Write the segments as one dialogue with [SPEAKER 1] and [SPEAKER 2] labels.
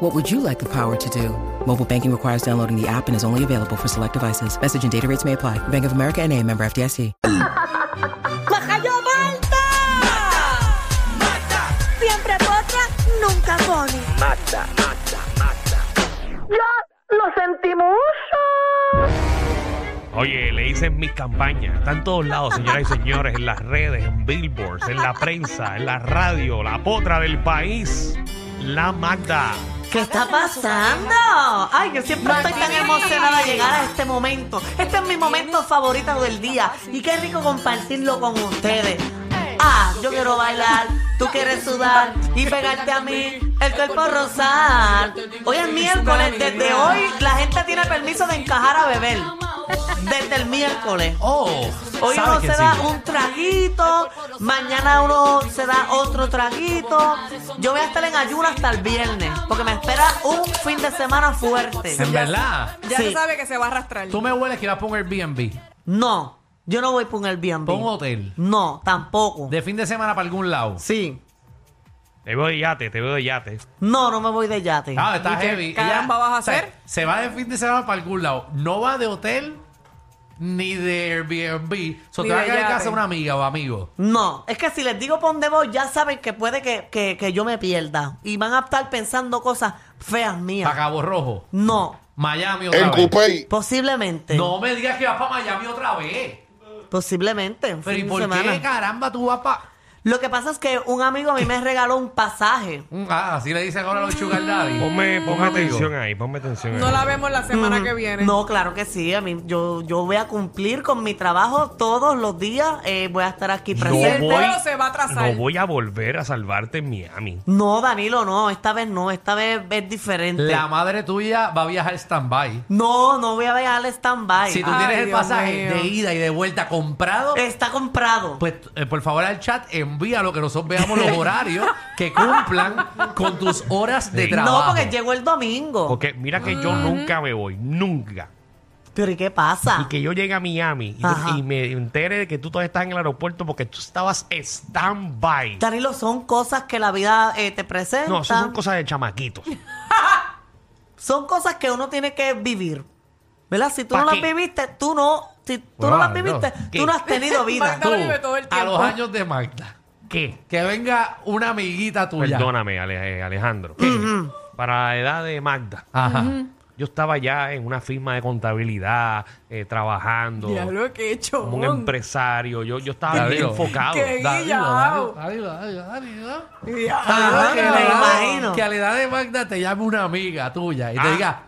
[SPEAKER 1] What would you like the power to do? Mobile banking requires downloading the app and is only available for select devices. Message and data rates may apply. Bank of America and a member FDIC.
[SPEAKER 2] ¡Bajayo Malta! Siempre potra, nunca pone.
[SPEAKER 3] Oye, le dicen mis campañas. Está en todos lados, señoras y señores. En las redes, en billboards, en la prensa, en la radio, la potra del país. La Magda.
[SPEAKER 2] ¿Qué está pasando? Ay, yo siempre estoy tan emocionada de llegar a este momento. Este es mi momento favorito del día. Y qué rico compartirlo con ustedes. Ah, yo quiero bailar, tú quieres sudar y pegarte a mí el cuerpo rosal. Hoy es miércoles, desde hoy la gente tiene permiso de encajar a beber. Desde el miércoles.
[SPEAKER 3] Oh,
[SPEAKER 2] Hoy uno se da un traguito, mañana uno se da otro traguito. Yo voy a estar en ayuno hasta el viernes, porque me espera un fin de semana fuerte.
[SPEAKER 4] En verdad.
[SPEAKER 5] Ya
[SPEAKER 2] Sí.
[SPEAKER 5] se sabe que se va a arrastrar.
[SPEAKER 4] Tú me hueles que vas a poner Airbnb.
[SPEAKER 2] No, yo no voy por un Airbnb.
[SPEAKER 4] Pon hotel.
[SPEAKER 2] No, tampoco.
[SPEAKER 4] De fin de semana para algún lado.
[SPEAKER 2] Sí.
[SPEAKER 3] Te veo de yate, te veo de yate.
[SPEAKER 2] No, no me voy de yate.
[SPEAKER 4] Ah, está
[SPEAKER 5] ¿Y qué
[SPEAKER 4] heavy.
[SPEAKER 5] caramba vas a
[SPEAKER 4] o sea,
[SPEAKER 5] hacer?
[SPEAKER 4] Se va de fin de semana para algún lado. No va de hotel ni de Airbnb. So,
[SPEAKER 5] Ni
[SPEAKER 4] te va a
[SPEAKER 5] de
[SPEAKER 4] quedar en
[SPEAKER 5] yate.
[SPEAKER 4] casa una amiga o amigo.
[SPEAKER 2] No, es que si les digo por dónde voy, ya saben que puede que, que- que yo me pierda. Y van a estar pensando cosas feas
[SPEAKER 4] Para
[SPEAKER 2] mías.
[SPEAKER 4] Cabo Rojo.
[SPEAKER 2] No,
[SPEAKER 4] Miami otra
[SPEAKER 6] El
[SPEAKER 4] vez.
[SPEAKER 6] Coupey.
[SPEAKER 2] posiblemente.
[SPEAKER 4] No me digas que vas para Miami otra vez.
[SPEAKER 2] Posiblemente. un
[SPEAKER 4] Pero ¿y
[SPEAKER 2] fin de
[SPEAKER 4] por
[SPEAKER 2] semana.
[SPEAKER 4] qué caramba tú vas para...?
[SPEAKER 2] Lo que pasa es que un amigo a mí me regaló un pasaje.
[SPEAKER 4] Ah, así le dicen ahora los Sugar Daddy.
[SPEAKER 5] Mm.
[SPEAKER 3] Ponme, ponme
[SPEAKER 4] Amigo.
[SPEAKER 3] atención ahí, ponme atención
[SPEAKER 5] No
[SPEAKER 3] ahí.
[SPEAKER 5] la vemos la semana
[SPEAKER 3] Mm,
[SPEAKER 5] que viene.
[SPEAKER 2] No, claro que sí. A mí, yo, yo voy a cumplir con mi trabajo todos los días. eh, voy a estar aquí
[SPEAKER 5] Y el
[SPEAKER 2] presente.
[SPEAKER 3] voy-
[SPEAKER 5] pelo se va a atrasar.
[SPEAKER 3] No voy a volver a salvarte en Miami.
[SPEAKER 2] No, Danilo, no. Esta vez no. Esta vez es diferente.
[SPEAKER 4] La madre tuya va a viajar stand-by.
[SPEAKER 2] No, no voy a dejar el stand-by.
[SPEAKER 4] Si tú
[SPEAKER 5] Ay,
[SPEAKER 4] tienes el
[SPEAKER 5] Dios
[SPEAKER 4] pasaje
[SPEAKER 5] mío.
[SPEAKER 4] de ida y de vuelta comprado,
[SPEAKER 2] Está comprado.
[SPEAKER 4] Pues eh, por favor al chat envíalo que nosotros veamos los horarios que cumplan con tus horas de trabajo.
[SPEAKER 2] no, porque llegó el domingo.
[SPEAKER 3] Porque mira que yo nunca me voy, nunca.
[SPEAKER 2] Pero ¿y qué pasa?
[SPEAKER 3] Y que yo llegue a Miami y, tú-
[SPEAKER 2] Ajá.
[SPEAKER 3] y me entere de que tú todavía estás en el aeropuerto porque tú estabas stand-by.
[SPEAKER 2] Danilo, son cosas que la vida eh, te presenta.
[SPEAKER 3] No, eso son cosas de chamaquitos.
[SPEAKER 2] Son cosas que uno tiene que vivir. ¿Verdad? Si tú
[SPEAKER 3] ¿Pa'
[SPEAKER 2] no las
[SPEAKER 3] qué?
[SPEAKER 2] viviste, tú no. Si tú
[SPEAKER 4] Bueno,
[SPEAKER 2] no las
[SPEAKER 4] Danilo,
[SPEAKER 2] viviste,
[SPEAKER 4] ¿qué?
[SPEAKER 2] tú no has tenido vida.
[SPEAKER 5] Magda lo vive todo el
[SPEAKER 4] a
[SPEAKER 5] tiempo.
[SPEAKER 4] los años de Magda.
[SPEAKER 3] ¿Qué?
[SPEAKER 4] Que venga una amiguita
[SPEAKER 2] Pues
[SPEAKER 4] tuya.
[SPEAKER 3] Perdóname, Ale- eh, Alejandro. Para la edad de Magda,
[SPEAKER 4] Ajá.
[SPEAKER 3] yo estaba ya en una firma de contabilidad, eh, trabajando
[SPEAKER 5] Ya lo que he hecho.
[SPEAKER 3] como un empresario. Yo, yo estaba
[SPEAKER 4] Claro.
[SPEAKER 3] bien enfocado.
[SPEAKER 5] ¿Qué?
[SPEAKER 4] Dale,
[SPEAKER 5] guillao.
[SPEAKER 4] dale, dale, dale, dale.
[SPEAKER 2] Ah,
[SPEAKER 4] que, a
[SPEAKER 2] me
[SPEAKER 4] la edad-
[SPEAKER 2] imagino.
[SPEAKER 4] que a la edad de Magda te llame una amiga tuya y
[SPEAKER 3] Ah.
[SPEAKER 4] te diga,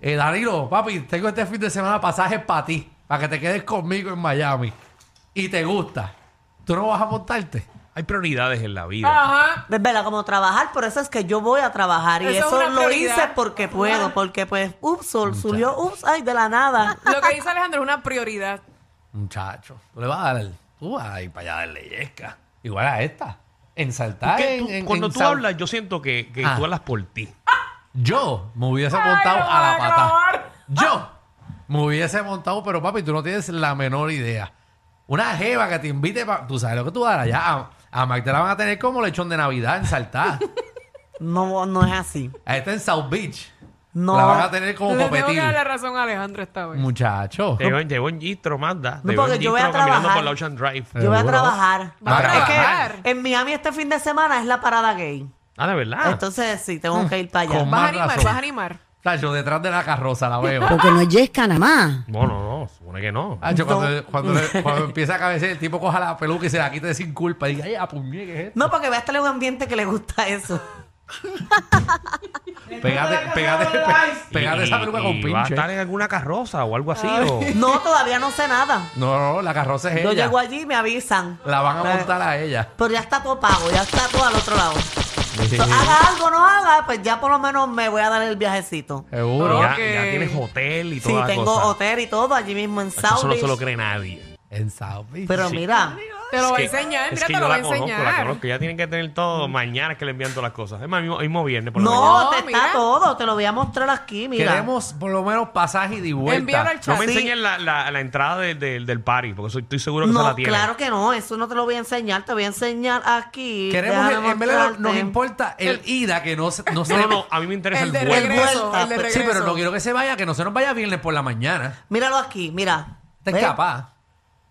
[SPEAKER 4] eh, Danilo, papi, tengo este fin de semana pasajes para ti, para que te quedes conmigo en Miami. Y te gusta. ¿Tú no vas a montarte?
[SPEAKER 3] Hay prioridades en la
[SPEAKER 2] Ah,
[SPEAKER 3] vida.
[SPEAKER 5] Ajá.
[SPEAKER 2] Es Pues, verdad, como trabajar, por eso es que yo voy a trabajar. Y
[SPEAKER 5] Eso es
[SPEAKER 2] eso
[SPEAKER 5] una
[SPEAKER 2] lo
[SPEAKER 5] prioridad.
[SPEAKER 2] hice porque puedo, porque pues, ups, sol- subió, ups, ay, de la nada.
[SPEAKER 5] Lo que dice Alejandro es una prioridad.
[SPEAKER 4] Muchacho, tú le vas a dar el- Tú vas a ir para allá de leyesca. Igual a esta. En saltar.
[SPEAKER 3] Que
[SPEAKER 4] Ah, en-
[SPEAKER 3] tú-
[SPEAKER 4] en-
[SPEAKER 3] cuando
[SPEAKER 4] en
[SPEAKER 3] tú
[SPEAKER 4] sal-
[SPEAKER 3] hablas, yo siento que, que
[SPEAKER 4] Ah.
[SPEAKER 3] tú hablas por ti.
[SPEAKER 4] Yo me hubiese
[SPEAKER 5] Ay,
[SPEAKER 4] montado
[SPEAKER 5] no
[SPEAKER 4] a la
[SPEAKER 5] voy a
[SPEAKER 4] pata.
[SPEAKER 5] acabar.
[SPEAKER 4] Yo me hubiese montado, pero papi, tú no tienes la menor idea. Una jeva que te invite para. Tú sabes lo que tú vas a dar allá. A, a Magda la van a tener como lechón de Navidad en saltar.
[SPEAKER 2] No, no es así.
[SPEAKER 4] a esta en South Beach.
[SPEAKER 2] No.
[SPEAKER 4] La van a tener como
[SPEAKER 5] Le tengo que
[SPEAKER 4] copetil.
[SPEAKER 5] dar la razón a Alejandro esta vez.
[SPEAKER 4] Muchacho.
[SPEAKER 3] Te veo, en- te veo en Gistro, Magda. Te
[SPEAKER 2] No,
[SPEAKER 3] veo
[SPEAKER 2] porque
[SPEAKER 3] en
[SPEAKER 2] yo voy
[SPEAKER 3] Gistro
[SPEAKER 2] a
[SPEAKER 3] caminando
[SPEAKER 2] trabajar.
[SPEAKER 3] por la Ocean Drive.
[SPEAKER 2] Yo voy a
[SPEAKER 4] Seguro.
[SPEAKER 2] trabajar.
[SPEAKER 5] Va a
[SPEAKER 2] Es que
[SPEAKER 5] trabajar.
[SPEAKER 2] en Miami este fin de semana es la parada gay.
[SPEAKER 3] Ah, de verdad.
[SPEAKER 2] Entonces sí, tengo que ir para allá.
[SPEAKER 4] Con
[SPEAKER 5] Vas a
[SPEAKER 4] más
[SPEAKER 5] animar,
[SPEAKER 4] razón.
[SPEAKER 5] vas a animar.
[SPEAKER 4] Tacho, detrás de la carroza la veo.
[SPEAKER 6] Porque no es yesca nada más.
[SPEAKER 3] No, no, no, supone que no.
[SPEAKER 4] Tacho, Ah, cuando, cuando, le- cuando empieza a cabecear, el tipo coja la peluca y se la quite sin culpa. Y diga, ay, apuñe, ¿qué es esto?
[SPEAKER 2] No, porque voy a estar en un ambiente que le gusta eso.
[SPEAKER 4] Pégate, pégate, pe- pégate esa peluca con
[SPEAKER 3] Va a estar
[SPEAKER 4] pinche.
[SPEAKER 3] en alguna carroza o algo así. o-
[SPEAKER 2] No, todavía no sé nada.
[SPEAKER 4] No, no, no, la carroza es
[SPEAKER 2] Yo
[SPEAKER 4] ella.
[SPEAKER 2] llego allí y me avisan.
[SPEAKER 4] La van a montar a ella.
[SPEAKER 2] Pero ya está todo pago, ya está todo al otro lado. So, haga algo, no haga, pues ya por lo menos me voy a dar el viajecito.
[SPEAKER 4] Seguro.
[SPEAKER 3] Ya,
[SPEAKER 5] Ok.
[SPEAKER 3] ya tienes hotel y
[SPEAKER 2] Sí,
[SPEAKER 3] toda la
[SPEAKER 2] tengo
[SPEAKER 3] cosa.
[SPEAKER 2] hotel y todo allí mismo en
[SPEAKER 3] Eso no
[SPEAKER 2] Saudi.
[SPEAKER 3] se lo cree nadie.
[SPEAKER 4] En South Beach.
[SPEAKER 2] Pero
[SPEAKER 3] Sí.
[SPEAKER 2] mira,
[SPEAKER 5] Te lo
[SPEAKER 3] Es
[SPEAKER 5] voy a
[SPEAKER 3] que-
[SPEAKER 5] enseñar,
[SPEAKER 3] es
[SPEAKER 5] mira,
[SPEAKER 3] que
[SPEAKER 5] te
[SPEAKER 3] yo
[SPEAKER 5] lo voy a
[SPEAKER 3] la conozco, la
[SPEAKER 5] enseñar.
[SPEAKER 3] conozco. Ya tienen que tener todo mañana es que le envían todas las cosas. Es más, mismo, mismo viernes por la mañana.
[SPEAKER 2] no,
[SPEAKER 5] No,
[SPEAKER 2] te
[SPEAKER 5] mira.
[SPEAKER 2] está todo, te lo voy a mostrar aquí, mira.
[SPEAKER 4] Queremos por lo menos pasaje y de vuelta.
[SPEAKER 5] Envíalo al
[SPEAKER 3] No
[SPEAKER 5] chat.
[SPEAKER 3] me
[SPEAKER 2] Sí.
[SPEAKER 3] enseñen la, la- la entrada de- de- del party, porque soy- estoy seguro que se
[SPEAKER 2] No,
[SPEAKER 3] la tienen.
[SPEAKER 2] claro que no, eso no te lo voy a enseñar, te voy a enseñar aquí.
[SPEAKER 4] Queremos, el-
[SPEAKER 2] Déjame
[SPEAKER 4] en verdad,
[SPEAKER 2] mostrarte.
[SPEAKER 4] nos importa el ida que no se... No, se-
[SPEAKER 3] No, no, no, a mí me interesa
[SPEAKER 5] El
[SPEAKER 3] el,
[SPEAKER 5] de
[SPEAKER 3] vuelo.
[SPEAKER 5] regreso,
[SPEAKER 2] vuelta,
[SPEAKER 5] el de
[SPEAKER 2] pues,
[SPEAKER 5] regreso.
[SPEAKER 4] Sí, pero no quiero que se vaya, que no se nos vaya viernes por la mañana.
[SPEAKER 2] Míralo aquí, mira.
[SPEAKER 4] Te
[SPEAKER 2] ¿Ves?
[SPEAKER 4] escapas.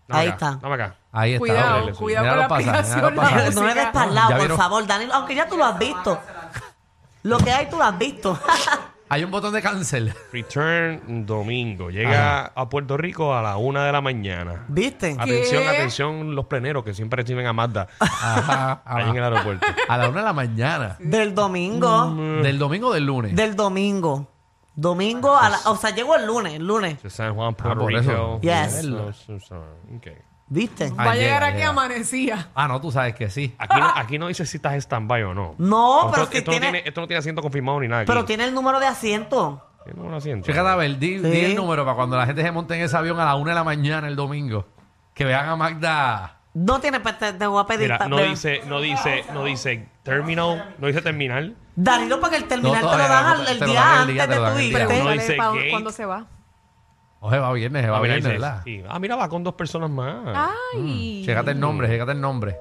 [SPEAKER 3] Dame
[SPEAKER 2] Ahí
[SPEAKER 3] acá,
[SPEAKER 2] está.
[SPEAKER 3] Dame acá.
[SPEAKER 4] Ahí está.
[SPEAKER 5] Cuidado,
[SPEAKER 4] dale.
[SPEAKER 5] cuidado
[SPEAKER 4] Mira
[SPEAKER 5] con
[SPEAKER 4] los
[SPEAKER 5] la
[SPEAKER 4] pasajes, mira los
[SPEAKER 5] aplicación, la
[SPEAKER 4] pasajes.
[SPEAKER 5] música.
[SPEAKER 2] No eres parlado,
[SPEAKER 4] Ya
[SPEAKER 2] por
[SPEAKER 4] vieron.
[SPEAKER 2] favor, Danilo. Aunque ya tú lo has visto. Lo que hay tú lo has visto.
[SPEAKER 4] Hay un botón de cancel.
[SPEAKER 3] Return domingo. Llega a Puerto Rico a la una de la mañana.
[SPEAKER 2] ¿Viste?
[SPEAKER 3] Atención,
[SPEAKER 5] ¿Qué?
[SPEAKER 3] atención, los pleneros que siempre reciben a Mazda
[SPEAKER 4] Ah. Ajá,
[SPEAKER 3] ahí en el
[SPEAKER 4] ajá.
[SPEAKER 3] aeropuerto.
[SPEAKER 4] A la una de la mañana.
[SPEAKER 2] Del
[SPEAKER 3] Mm.
[SPEAKER 2] domingo.
[SPEAKER 4] Del domingo o del lunes.
[SPEAKER 2] Del domingo. Domingo a la. O sea, llegó el lunes, el lunes.
[SPEAKER 3] De San Juan, Puerto
[SPEAKER 4] Ah, por
[SPEAKER 3] Rico.
[SPEAKER 4] eso.
[SPEAKER 2] Yes.
[SPEAKER 3] No, so- so- ok.
[SPEAKER 2] ¿Viste?
[SPEAKER 5] Va a
[SPEAKER 4] Ayer,
[SPEAKER 5] llegar aquí
[SPEAKER 4] ayer.
[SPEAKER 5] amanecía.
[SPEAKER 4] Ah, no, tú sabes que sí.
[SPEAKER 3] Aquí, no, aquí no dice si estás stand-by o no.
[SPEAKER 2] No, pero
[SPEAKER 3] esto,
[SPEAKER 2] si
[SPEAKER 3] esto
[SPEAKER 2] tiene-
[SPEAKER 3] no tiene, esto no tiene asiento confirmado ni nada.
[SPEAKER 2] Pero
[SPEAKER 3] aquí.
[SPEAKER 2] tiene el número de asiento.
[SPEAKER 3] Tiene un asiento.
[SPEAKER 4] Fíjate a ver, di, di
[SPEAKER 2] Sí.
[SPEAKER 4] el número para cuando la gente se monte en ese avión a la una de la mañana el domingo. Que vean a Magda.
[SPEAKER 2] No tiene. pues, Te, te voy a pedir.
[SPEAKER 3] Mira,
[SPEAKER 2] pa-
[SPEAKER 3] no
[SPEAKER 2] de-
[SPEAKER 3] dice, no dice, no dice terminal, no dice terminal,
[SPEAKER 2] Danilo, porque el terminal
[SPEAKER 4] No,
[SPEAKER 2] te lo
[SPEAKER 4] todavía
[SPEAKER 2] dan
[SPEAKER 4] no,
[SPEAKER 2] al-
[SPEAKER 4] te
[SPEAKER 2] el
[SPEAKER 4] lo
[SPEAKER 2] día
[SPEAKER 4] dan el
[SPEAKER 2] antes
[SPEAKER 4] día, te lo
[SPEAKER 2] de
[SPEAKER 4] dan
[SPEAKER 2] tu
[SPEAKER 4] el día.
[SPEAKER 2] irte.
[SPEAKER 3] Uno
[SPEAKER 5] Pregúntale
[SPEAKER 3] dice Mm.
[SPEAKER 5] pa-
[SPEAKER 3] gate.
[SPEAKER 5] cuándo se va.
[SPEAKER 4] Oje, va viernes, se va
[SPEAKER 3] Ah, mira,
[SPEAKER 4] viernes,
[SPEAKER 3] dice-
[SPEAKER 4] ¿verdad?
[SPEAKER 3] sí. Ah, mira, va con dos personas más.
[SPEAKER 2] Ah.
[SPEAKER 5] Ay.
[SPEAKER 4] Chécate el nombre, chécate el nombre.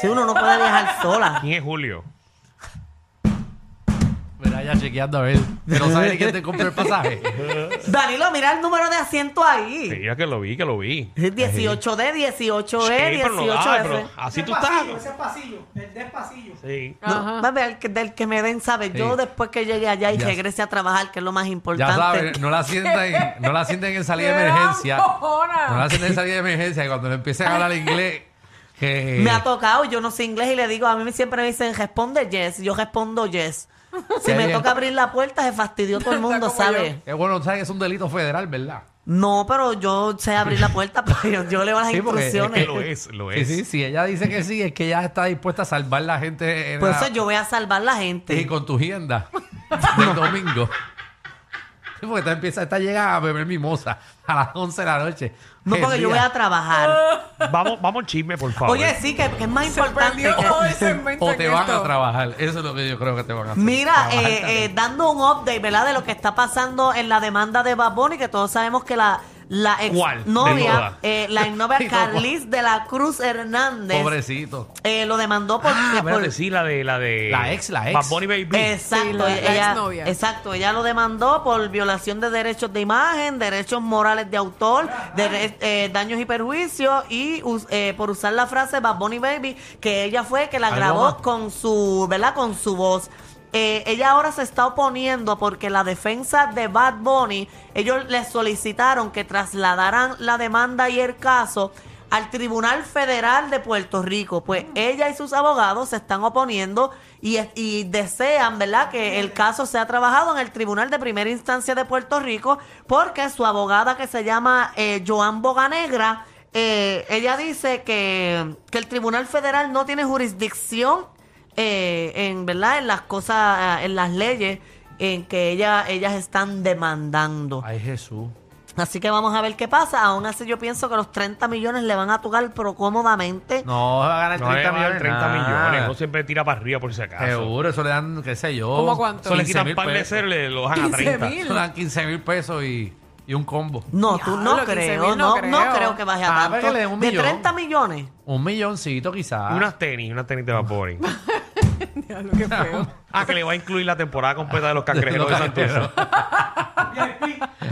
[SPEAKER 2] Si uno no puede viajar sola.
[SPEAKER 3] ¿Quién es Julio?
[SPEAKER 4] Mira ya chequeando a ver. Que no sabe ni quién te compra el pasaje.
[SPEAKER 2] Danilo, mira el número de asiento ahí.
[SPEAKER 3] Sí, ya que lo vi, que lo vi.
[SPEAKER 2] 18D, 18E,
[SPEAKER 3] Sí, pero no- ah, pero
[SPEAKER 2] 18F.
[SPEAKER 3] así tú estás. Ese es pasillo, el despacillo. Sí.
[SPEAKER 2] No, va a ver, que- del que me den, ¿sabes? Yo
[SPEAKER 4] Sí.
[SPEAKER 2] después que llegue allá y
[SPEAKER 4] Ya.
[SPEAKER 2] regrese a trabajar, que es lo más
[SPEAKER 4] Ya
[SPEAKER 2] importante.
[SPEAKER 4] sabes, no la sienten, no la sienten en salida de
[SPEAKER 5] ¡Qué
[SPEAKER 4] emergencia.
[SPEAKER 5] bambona!
[SPEAKER 4] No la sienten en salida de emergencia. Y cuando le empiecen a hablar inglés, que
[SPEAKER 2] Me ha tocado, yo no sé inglés y le digo, a mí siempre me dicen, responde yes, yo respondo yes. Si
[SPEAKER 4] Qué
[SPEAKER 2] me
[SPEAKER 4] bien.
[SPEAKER 2] toca abrir la puerta, se fastidió todo el mundo,
[SPEAKER 5] Está como
[SPEAKER 2] ¿sabes?
[SPEAKER 4] que bueno, sabes que es un delito federal, ¿verdad?
[SPEAKER 2] No, pero yo sé abrir la puerta, pero yo, yo leo las
[SPEAKER 4] Sí, porque es que
[SPEAKER 2] instrucciones.
[SPEAKER 3] Que lo es, lo
[SPEAKER 4] Sí,
[SPEAKER 3] es.
[SPEAKER 4] sí, sí. Ella dice que sí, es que ella está dispuesta a salvar la gente. en
[SPEAKER 2] Por
[SPEAKER 4] la-
[SPEAKER 2] eso yo voy a salvar la gente.
[SPEAKER 4] Y con tu hienda del domingo. Sí, porque esta empieza, esta llega a beber mimosa a las 11 de la noche.
[SPEAKER 2] No,
[SPEAKER 4] El
[SPEAKER 2] porque yo voy
[SPEAKER 4] día.
[SPEAKER 2] a trabajar.
[SPEAKER 3] Vamos, vamos al chisme, por favor.
[SPEAKER 2] Oye,
[SPEAKER 4] Ah,
[SPEAKER 2] sí, que, que es más
[SPEAKER 5] Se
[SPEAKER 2] importante.
[SPEAKER 5] perdió
[SPEAKER 2] que-
[SPEAKER 5] todo el segmento
[SPEAKER 4] O
[SPEAKER 5] en
[SPEAKER 4] te van
[SPEAKER 5] esto.
[SPEAKER 4] a trabajar. Eso es lo que yo creo que te van a hacer.
[SPEAKER 2] Mira,
[SPEAKER 4] Trabajar
[SPEAKER 2] eh,
[SPEAKER 4] también.
[SPEAKER 2] eh, dando un update, ¿verdad? De lo que está pasando en la demanda de Bad Bunny, que todos sabemos que la, la ex
[SPEAKER 3] ¿Cuál? De
[SPEAKER 2] novia,
[SPEAKER 3] todas.
[SPEAKER 2] eh, la exnovia
[SPEAKER 4] Sí, no,
[SPEAKER 2] Carlis de la Cruz Hernández,
[SPEAKER 4] Pobrecito.
[SPEAKER 2] eh, lo demandó por...
[SPEAKER 3] ah,
[SPEAKER 2] por-
[SPEAKER 3] espérate, sí, la de, la de...
[SPEAKER 4] La ex, la ex.
[SPEAKER 3] Bad Bunny Baby.
[SPEAKER 2] Exacto, eh,
[SPEAKER 5] Sí, la- la
[SPEAKER 2] ella,
[SPEAKER 5] exnovia.
[SPEAKER 2] exacto, ella lo demandó por violación de derechos de imagen, derechos morales de autor, dere- eh, daños y perjuicios y us- eh, por usar la frase Bad Bunny Baby que ella fue que la
[SPEAKER 4] Algo
[SPEAKER 2] grabó
[SPEAKER 4] más.
[SPEAKER 2] con su, ¿verdad? Con su voz. Eh, ella ahora se está oponiendo porque la defensa de Bad Bunny, ellos le solicitaron que trasladaran la demanda y el caso al Tribunal Federal de Puerto Rico. Pues ella y sus abogados se están oponiendo y, y desean, ¿verdad?, que el caso sea trabajado en el Tribunal de Primera Instancia de Puerto Rico porque su abogada que se llama eh, Joan Boganegra, eh, ella dice que, que el Tribunal Federal no tiene jurisdicción eh, en verdad en las cosas eh, en las leyes en que ella, ellas están demandando.
[SPEAKER 4] Ay, Jesús.
[SPEAKER 2] Así que vamos a ver qué pasa. Aún así yo pienso que los 30 millones le van a tocar pero cómodamente.
[SPEAKER 4] No, va a ganar
[SPEAKER 3] No,
[SPEAKER 4] 30
[SPEAKER 3] 30
[SPEAKER 4] millones.
[SPEAKER 3] 30
[SPEAKER 4] nada.
[SPEAKER 3] millones. No siempre tira para arriba por si acaso.
[SPEAKER 4] Ah. Seguro, eso le dan, qué sé yo.
[SPEAKER 5] ¿Cómo cuánto?
[SPEAKER 3] Eso le
[SPEAKER 4] 15
[SPEAKER 3] quitan
[SPEAKER 4] mil
[SPEAKER 3] un par de
[SPEAKER 4] pesos.
[SPEAKER 3] cero y le lo bajan a
[SPEAKER 5] 15
[SPEAKER 3] 30.
[SPEAKER 5] mil.
[SPEAKER 4] Eso le dan 15 mil pesos y, y un combo.
[SPEAKER 2] No, tú no
[SPEAKER 5] Diablo, 15
[SPEAKER 2] creo,
[SPEAKER 5] mil
[SPEAKER 2] no,
[SPEAKER 5] no
[SPEAKER 2] no creo.
[SPEAKER 5] creo.
[SPEAKER 2] que baje
[SPEAKER 4] Ah,
[SPEAKER 2] a
[SPEAKER 4] pero
[SPEAKER 2] tanto.
[SPEAKER 4] que le den un
[SPEAKER 2] de
[SPEAKER 4] millón.
[SPEAKER 2] 30 millones.
[SPEAKER 4] Un milloncito quizás.
[SPEAKER 3] Unas tenis, unas tenis de Bad Bunny.
[SPEAKER 5] Diablo, qué feo.
[SPEAKER 3] Ah, que le va a incluir la temporada completa de los cangrejeros de
[SPEAKER 4] Los
[SPEAKER 3] Santurce.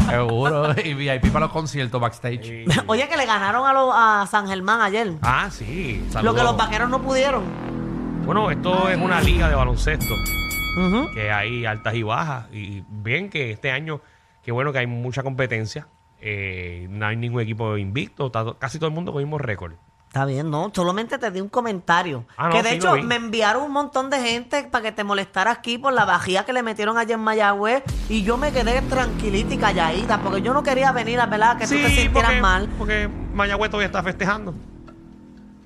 [SPEAKER 4] Seguro. Y VIP para los conciertos backstage.
[SPEAKER 3] Sí.
[SPEAKER 2] Oye, que le ganaron a, los a San Germán ayer.
[SPEAKER 3] Ah, sí.
[SPEAKER 2] lo que
[SPEAKER 3] saludos.
[SPEAKER 2] los vaqueros no pudieron.
[SPEAKER 3] Bueno, esto es una liga de baloncesto. que hay altas y bajas. Y bien que este año, que bueno que hay mucha competencia. eh, no hay ningún equipo invicto. está to- casi todo el mundo con el mismo récord.
[SPEAKER 2] Está bien, no, solamente te di un comentario.
[SPEAKER 3] Ah, no,
[SPEAKER 2] que de
[SPEAKER 3] sí, lo
[SPEAKER 2] hecho
[SPEAKER 3] vi.
[SPEAKER 2] me enviaron un montón de gente para que te molestara aquí por la bajía que le metieron ayer en Mayagüez y yo me quedé tranquilita y calladita porque yo no quería venir, ¿verdad? Que tú te sintieras
[SPEAKER 3] porque,
[SPEAKER 2] mal.
[SPEAKER 3] porque Mayagüez todavía está festejando.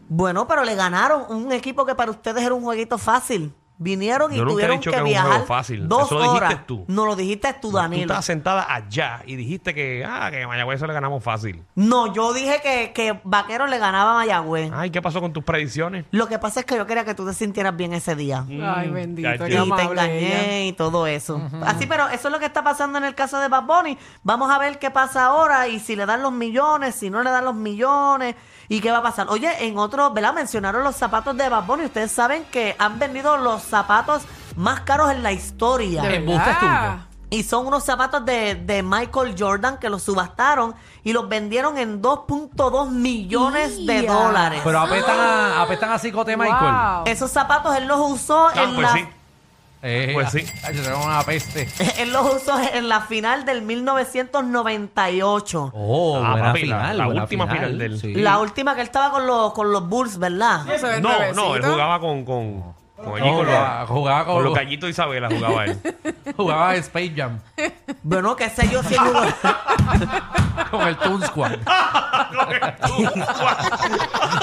[SPEAKER 2] Bueno, pero le ganaron un equipo que para ustedes era un jueguito fácil. Vinieron y
[SPEAKER 3] Yo nunca he
[SPEAKER 2] tuvieron
[SPEAKER 3] dicho
[SPEAKER 2] que,
[SPEAKER 3] que es un
[SPEAKER 2] viajar
[SPEAKER 3] juego fácil.
[SPEAKER 2] dos
[SPEAKER 3] Eso lo dijiste
[SPEAKER 2] horas.
[SPEAKER 3] tú.
[SPEAKER 2] No lo dijiste tú,
[SPEAKER 3] Tú
[SPEAKER 2] Danilo.
[SPEAKER 3] estabas sentada allá y dijiste que, ah, que a Mayagüez se le ganamos fácil.
[SPEAKER 2] No, yo dije que, que Vaquero le ganaba a Mayagüez.
[SPEAKER 3] Ay, ¿qué pasó con tus predicciones?
[SPEAKER 2] Lo que pasa es que yo quería que tú te sintieras bien ese día.
[SPEAKER 5] Ay,
[SPEAKER 3] Mm,
[SPEAKER 5] bendito.
[SPEAKER 3] ya
[SPEAKER 5] qué
[SPEAKER 3] yo-
[SPEAKER 2] y te
[SPEAKER 5] amable ella.
[SPEAKER 2] engañé y todo eso. Así, pero eso es lo que está pasando en el caso de Bad Bunny. Vamos a ver qué pasa ahora y si le dan los millones, si no le dan los millones y qué va a pasar. Oye, en otro, ¿verdad? Mencionaron los zapatos de Bad Bunny. Ustedes saben que han vendido los zapatos más caros en la historia.
[SPEAKER 5] De
[SPEAKER 4] El buste es
[SPEAKER 5] verdad.
[SPEAKER 4] tuyo.
[SPEAKER 2] Y son unos zapatos de, de Michael Jordan que los subastaron y los vendieron en 2.2 millones de
[SPEAKER 5] Ya.
[SPEAKER 2] dólares.
[SPEAKER 4] Pero apestan a, apestan a psicote, Michael.
[SPEAKER 5] Wow.
[SPEAKER 2] Esos zapatos él los usó
[SPEAKER 3] Ah,
[SPEAKER 2] en
[SPEAKER 3] pues
[SPEAKER 2] la
[SPEAKER 3] sí.
[SPEAKER 4] Eh,
[SPEAKER 3] Pues sí.
[SPEAKER 4] ay, yo tengo una peste.
[SPEAKER 2] Él los usó en la final del 1998.
[SPEAKER 4] Oh,
[SPEAKER 3] Ah,
[SPEAKER 4] buena
[SPEAKER 3] papi, la-
[SPEAKER 4] final,
[SPEAKER 3] la
[SPEAKER 4] buena
[SPEAKER 3] última final del-
[SPEAKER 4] sí.
[SPEAKER 2] La última que él estaba con los, con los Bulls, ¿verdad?
[SPEAKER 5] Eso es
[SPEAKER 3] No, no, él
[SPEAKER 5] nuevecito.
[SPEAKER 3] jugaba con, con, con, allí,
[SPEAKER 4] No,
[SPEAKER 3] con
[SPEAKER 4] jugaba-
[SPEAKER 3] los,
[SPEAKER 4] jugaba con
[SPEAKER 3] con los
[SPEAKER 4] los-
[SPEAKER 3] gallitos Isabela, jugaba él.
[SPEAKER 4] Jugaba a Space Jam
[SPEAKER 2] Bueno, qué sé yo si él jugó.
[SPEAKER 4] con el Toon Squad.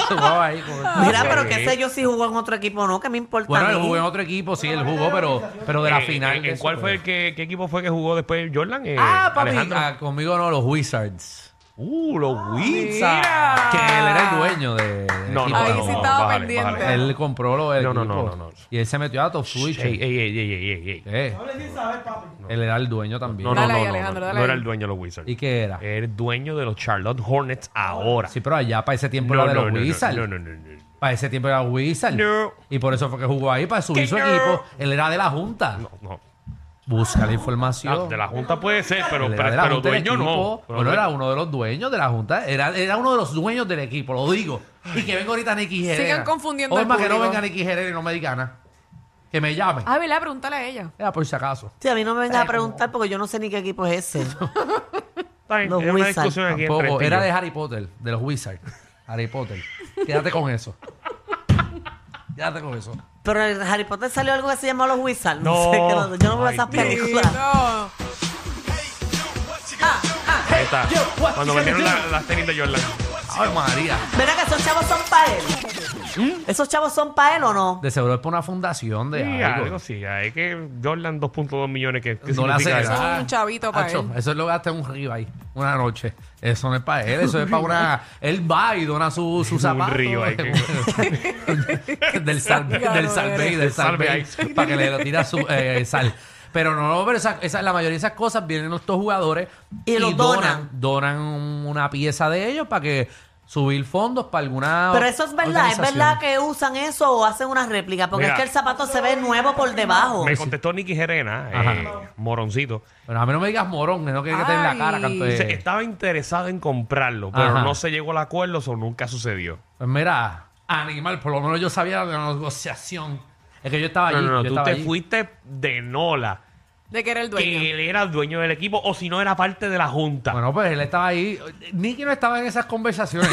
[SPEAKER 4] Jugaba ahí con el-
[SPEAKER 2] Mira, pero qué sé yo si jugó en otro equipo o no, que me importa.
[SPEAKER 4] Bueno,
[SPEAKER 2] a
[SPEAKER 4] él
[SPEAKER 2] mí.
[SPEAKER 4] jugó en otro equipo, sí, él jugó, pero, pero de la
[SPEAKER 3] Eh,
[SPEAKER 4] final.
[SPEAKER 3] eh,
[SPEAKER 4] de
[SPEAKER 3] ¿En
[SPEAKER 4] eso,
[SPEAKER 3] cuál fue el
[SPEAKER 4] pues.
[SPEAKER 3] que, qué equipo fue que jugó después Jordan? Eh,
[SPEAKER 4] Ah, papi,
[SPEAKER 3] Alejandro.
[SPEAKER 4] ah, conmigo no, los Wizards.
[SPEAKER 3] Uh, los Wizards.
[SPEAKER 5] Ah, Mira.
[SPEAKER 4] Que él era el dueño de. del
[SPEAKER 3] No, no,
[SPEAKER 4] equipo.
[SPEAKER 5] Ahí
[SPEAKER 3] no,
[SPEAKER 5] sí
[SPEAKER 3] no,
[SPEAKER 5] estaba
[SPEAKER 3] bájale,
[SPEAKER 5] pendiente.
[SPEAKER 3] bájale.
[SPEAKER 4] Él compró los
[SPEAKER 3] No, no, no, no,
[SPEAKER 4] equipos.
[SPEAKER 3] no.
[SPEAKER 4] Y él se metió a Top
[SPEAKER 3] Ey,
[SPEAKER 4] Switch.
[SPEAKER 3] ey, ey, ey, ey, ey, ey.
[SPEAKER 4] Eh, Él era el dueño también.
[SPEAKER 3] No, Eh. no,
[SPEAKER 5] Dale
[SPEAKER 3] no,
[SPEAKER 5] ahí,
[SPEAKER 3] no, no,
[SPEAKER 5] Alejandro,
[SPEAKER 3] no,
[SPEAKER 5] dale
[SPEAKER 3] no era
[SPEAKER 5] ahí.
[SPEAKER 3] el dueño de los Wizards.
[SPEAKER 4] ¿Y qué era?
[SPEAKER 3] Era el dueño de los Charlotte Hornets ahora.
[SPEAKER 4] Sí, pero allá para ese tiempo
[SPEAKER 3] No,
[SPEAKER 4] era de
[SPEAKER 3] no,
[SPEAKER 4] los
[SPEAKER 3] no, no,
[SPEAKER 4] Wizards.
[SPEAKER 3] no, no, no, no.
[SPEAKER 4] Para ese tiempo era Wizards.
[SPEAKER 3] No.
[SPEAKER 4] Y por eso fue que jugó ahí, para subir
[SPEAKER 3] Que
[SPEAKER 4] su
[SPEAKER 3] no.
[SPEAKER 4] equipo. Él era de la Junta.
[SPEAKER 3] No, no.
[SPEAKER 4] Busca la
[SPEAKER 3] Ah,
[SPEAKER 4] información.
[SPEAKER 3] de la Junta puede ser, pero,
[SPEAKER 4] Él
[SPEAKER 3] pero,
[SPEAKER 4] era de la
[SPEAKER 3] pero
[SPEAKER 4] Junta del
[SPEAKER 3] dueño no.
[SPEAKER 4] equipo.
[SPEAKER 3] Pero
[SPEAKER 4] bueno,
[SPEAKER 3] dueño-
[SPEAKER 4] era uno de los dueños de la Junta. Era, era uno de los dueños del equipo, lo digo. Y que venga ahorita Nicky Herrera.
[SPEAKER 5] Sigan confundiendo
[SPEAKER 4] O
[SPEAKER 5] al
[SPEAKER 4] es más que no
[SPEAKER 5] público.
[SPEAKER 4] venga Nicky Herrera y no me diga nada. Que me llame.
[SPEAKER 5] Ah, ¿verdad? Pregúntale a ella.
[SPEAKER 4] Era por si acaso.
[SPEAKER 2] Sí, a mí no me vengas a preguntar porque yo no sé ni qué equipo es ese.
[SPEAKER 3] Está bien,
[SPEAKER 2] los
[SPEAKER 3] era una
[SPEAKER 2] Wizards.
[SPEAKER 3] discusión aquí entre
[SPEAKER 4] Tampoco.
[SPEAKER 3] este y
[SPEAKER 4] Era
[SPEAKER 3] yo.
[SPEAKER 4] de Harry Potter, de los Wizards. Harry Potter. Quédate con eso. Quédate con eso.
[SPEAKER 2] Pero en Harry Potter salió algo que se llamaba Los Wizards.
[SPEAKER 3] No.
[SPEAKER 2] sé, que no- yo no veo
[SPEAKER 3] Ay,
[SPEAKER 2] esas
[SPEAKER 3] Dios.
[SPEAKER 2] películas.
[SPEAKER 5] No.
[SPEAKER 3] Ahí está. Cuando vendieron la- las tenis de Jordan.
[SPEAKER 4] Ay, María.
[SPEAKER 2] Verá que esos chavos son para él. ¿Esos chavos son para él o no?
[SPEAKER 4] ¿Mm? De seguro es por una fundación de
[SPEAKER 3] Sí,
[SPEAKER 4] algo.
[SPEAKER 3] algo sí. Hay que Jordan 2.2 millones. que
[SPEAKER 4] No le hace
[SPEAKER 5] eso?
[SPEAKER 4] nada.
[SPEAKER 5] Eso es un chavito para
[SPEAKER 4] Acho,
[SPEAKER 5] él.
[SPEAKER 4] Eso es lo que gasta en un ribeye, una noche. Eso no es para él, eso es para una... Él va y dona su, su
[SPEAKER 3] Un
[SPEAKER 4] zapato.
[SPEAKER 3] ribeye,
[SPEAKER 4] del sal, del salve, del salve,
[SPEAKER 3] Salve.
[SPEAKER 4] para que le tira su eh, sal. Pero no, no, pero esa, esa- la mayoría de esas cosas vienen los dos jugadores
[SPEAKER 2] Y los donan.
[SPEAKER 4] donan un- una pieza de ellos para que subir fondos para alguna
[SPEAKER 2] Pero eso es verdad, es
[SPEAKER 4] organización.
[SPEAKER 2] verdad que usan eso o hacen una réplica, porque
[SPEAKER 3] Mira.
[SPEAKER 2] es que el zapato se ve nuevo por debajo.
[SPEAKER 3] Me contestó Nicky Gerena, eh,
[SPEAKER 4] Ajá.
[SPEAKER 3] moroncito.
[SPEAKER 4] Pero a mí no me digas morón, que no quiero que te den la cara.
[SPEAKER 5] Ay.
[SPEAKER 4] canto de-
[SPEAKER 3] Dice, estaba interesado en comprarlo, pero
[SPEAKER 4] Ajá.
[SPEAKER 3] no se llegó al acuerdo, eso nunca sucedió.
[SPEAKER 4] Pues mira, animal, por lo menos yo sabía de la negociación. Es que yo estaba allí.
[SPEAKER 3] No, no, no,
[SPEAKER 4] yo
[SPEAKER 3] tú
[SPEAKER 4] estaba
[SPEAKER 3] te
[SPEAKER 4] allí.
[SPEAKER 3] fuiste de Nola,
[SPEAKER 5] De que era el dueño.
[SPEAKER 3] que él era el dueño del equipo, o si no era parte de la junta.
[SPEAKER 4] Bueno, pues él estaba ahí. Nicky no estaba en esas conversaciones.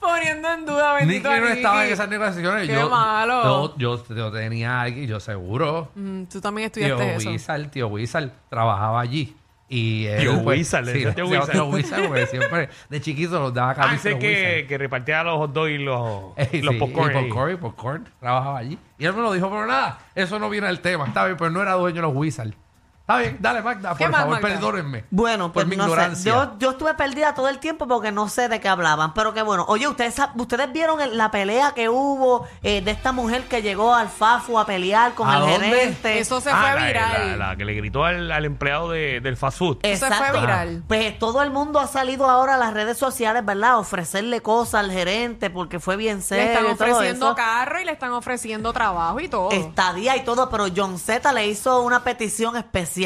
[SPEAKER 5] Poniendo en duda,
[SPEAKER 4] Nicky
[SPEAKER 5] bendito a
[SPEAKER 4] no estaba en
[SPEAKER 5] Nicky.
[SPEAKER 4] esas negociaciones.
[SPEAKER 5] Qué
[SPEAKER 4] yo,
[SPEAKER 5] malo.
[SPEAKER 4] Yo, yo, yo tenía aquí, yo seguro.
[SPEAKER 5] Mm, Tú también
[SPEAKER 4] Tío
[SPEAKER 5] estudiaste eso.
[SPEAKER 4] Wizard, tío Wizard, trabajaba allí. Y él,
[SPEAKER 3] Tío
[SPEAKER 4] pues,
[SPEAKER 3] Wizard, le
[SPEAKER 4] sí,
[SPEAKER 3] decía
[SPEAKER 4] tío
[SPEAKER 3] tío
[SPEAKER 4] Wizard.
[SPEAKER 3] Wizard.
[SPEAKER 4] porque siempre de chiquito los daba
[SPEAKER 3] Ah,
[SPEAKER 4] cabeza
[SPEAKER 3] ese que, que repartía los hot dogs y los,
[SPEAKER 4] Ey,
[SPEAKER 3] los
[SPEAKER 4] sí,
[SPEAKER 3] popcorn.
[SPEAKER 4] Y
[SPEAKER 3] ahí.
[SPEAKER 4] popcorn, y popcorn. Trabajaba allí. Y él me lo dijo, pero nada, eso no viene al tema. Está bien, pero no era dueño de los Wizards. Está bien, dale, Magda,
[SPEAKER 5] ¿Qué
[SPEAKER 4] por
[SPEAKER 5] más,
[SPEAKER 4] favor,
[SPEAKER 5] Magda?
[SPEAKER 4] perdónenme.
[SPEAKER 2] Bueno,
[SPEAKER 4] por
[SPEAKER 2] pues
[SPEAKER 4] mi
[SPEAKER 2] no sé.
[SPEAKER 4] ignorancia.
[SPEAKER 2] Yo, yo estuve perdida todo el tiempo porque no sé de qué hablaban. Pero que bueno, oye, ustedes sa- ustedes vieron el- la pelea que hubo eh, de esta mujer que llegó al FAFU a pelear con
[SPEAKER 4] ¿A
[SPEAKER 2] el
[SPEAKER 4] dónde?
[SPEAKER 2] gerente.
[SPEAKER 5] Eso se
[SPEAKER 3] Ah,
[SPEAKER 5] fue
[SPEAKER 3] la-
[SPEAKER 5] viral.
[SPEAKER 3] La, la que le gritó al, al empleado de- del fast food.
[SPEAKER 5] Eso fue
[SPEAKER 2] Exacto.
[SPEAKER 5] viral.
[SPEAKER 2] Pues todo el mundo ha salido ahora a las redes sociales, ¿verdad? A Ofrecerle cosas al gerente porque fue bien
[SPEAKER 5] Le
[SPEAKER 2] serio.
[SPEAKER 5] están
[SPEAKER 2] y todo eso.
[SPEAKER 5] ofreciendo carro y le están ofreciendo trabajo y todo.
[SPEAKER 2] Estadía y todo, pero John Z le hizo una petición especial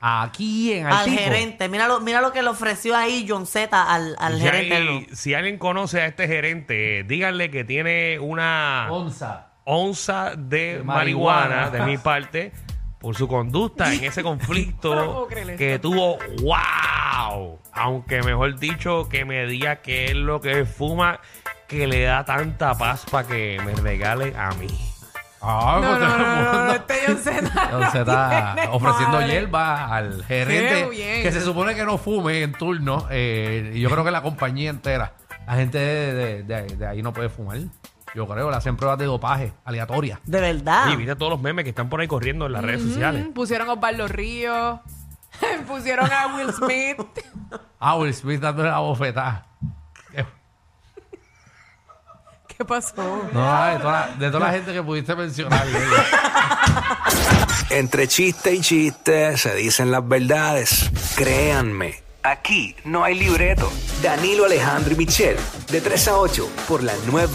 [SPEAKER 4] Aquí en
[SPEAKER 2] al
[SPEAKER 4] tipo.
[SPEAKER 2] gerente. Mira lo, mira lo que le ofreció ahí John Z al, al
[SPEAKER 3] Ya,
[SPEAKER 2] gerente.
[SPEAKER 3] y si alguien conoce a este gerente, eh, díganle que tiene una
[SPEAKER 4] Onza.
[SPEAKER 3] onzas de marihuana
[SPEAKER 4] marihuana.
[SPEAKER 3] de mi parte por su conducta en ese
[SPEAKER 5] No puedo
[SPEAKER 3] conflicto
[SPEAKER 5] creer esto.
[SPEAKER 3] que tuvo. ¡Wow! Aunque mejor dicho, que me diga qué es lo que fuma que le da tanta paz para que me regale a mí.
[SPEAKER 4] Ah,
[SPEAKER 5] No,
[SPEAKER 4] pues
[SPEAKER 5] no,
[SPEAKER 4] todo el
[SPEAKER 5] no, no, no,
[SPEAKER 4] mundo-
[SPEAKER 5] este John Z no
[SPEAKER 4] Se está
[SPEAKER 5] tiene
[SPEAKER 4] ofreciendo
[SPEAKER 5] madre.
[SPEAKER 4] hierba al
[SPEAKER 5] Qué
[SPEAKER 4] gerente
[SPEAKER 5] bien.
[SPEAKER 4] que se supone que no fume en turno. eh, y yo creo que la compañía entera, la gente de, de- de- de ahí no puede fumar. Yo creo, le hacen pruebas de dopaje aleatorias.
[SPEAKER 2] De verdad.
[SPEAKER 3] Y viste todos los memes que están por ahí corriendo en las redes sociales.
[SPEAKER 5] Mm, Pusieron a Osvaldo Ríos. Pusieron a Will Smith.
[SPEAKER 4] Ah, Will Smith dándole la bofetada.
[SPEAKER 5] ¿Qué pasó?
[SPEAKER 4] No, de toda, la, de toda la gente que pudiste mencionar. ¿verdad?
[SPEAKER 6] Entre chiste y chiste se dicen las verdades. Créanme, aquí no hay libreto. Danilo Alejandro y Michel, de 3 a 8, por la nueva.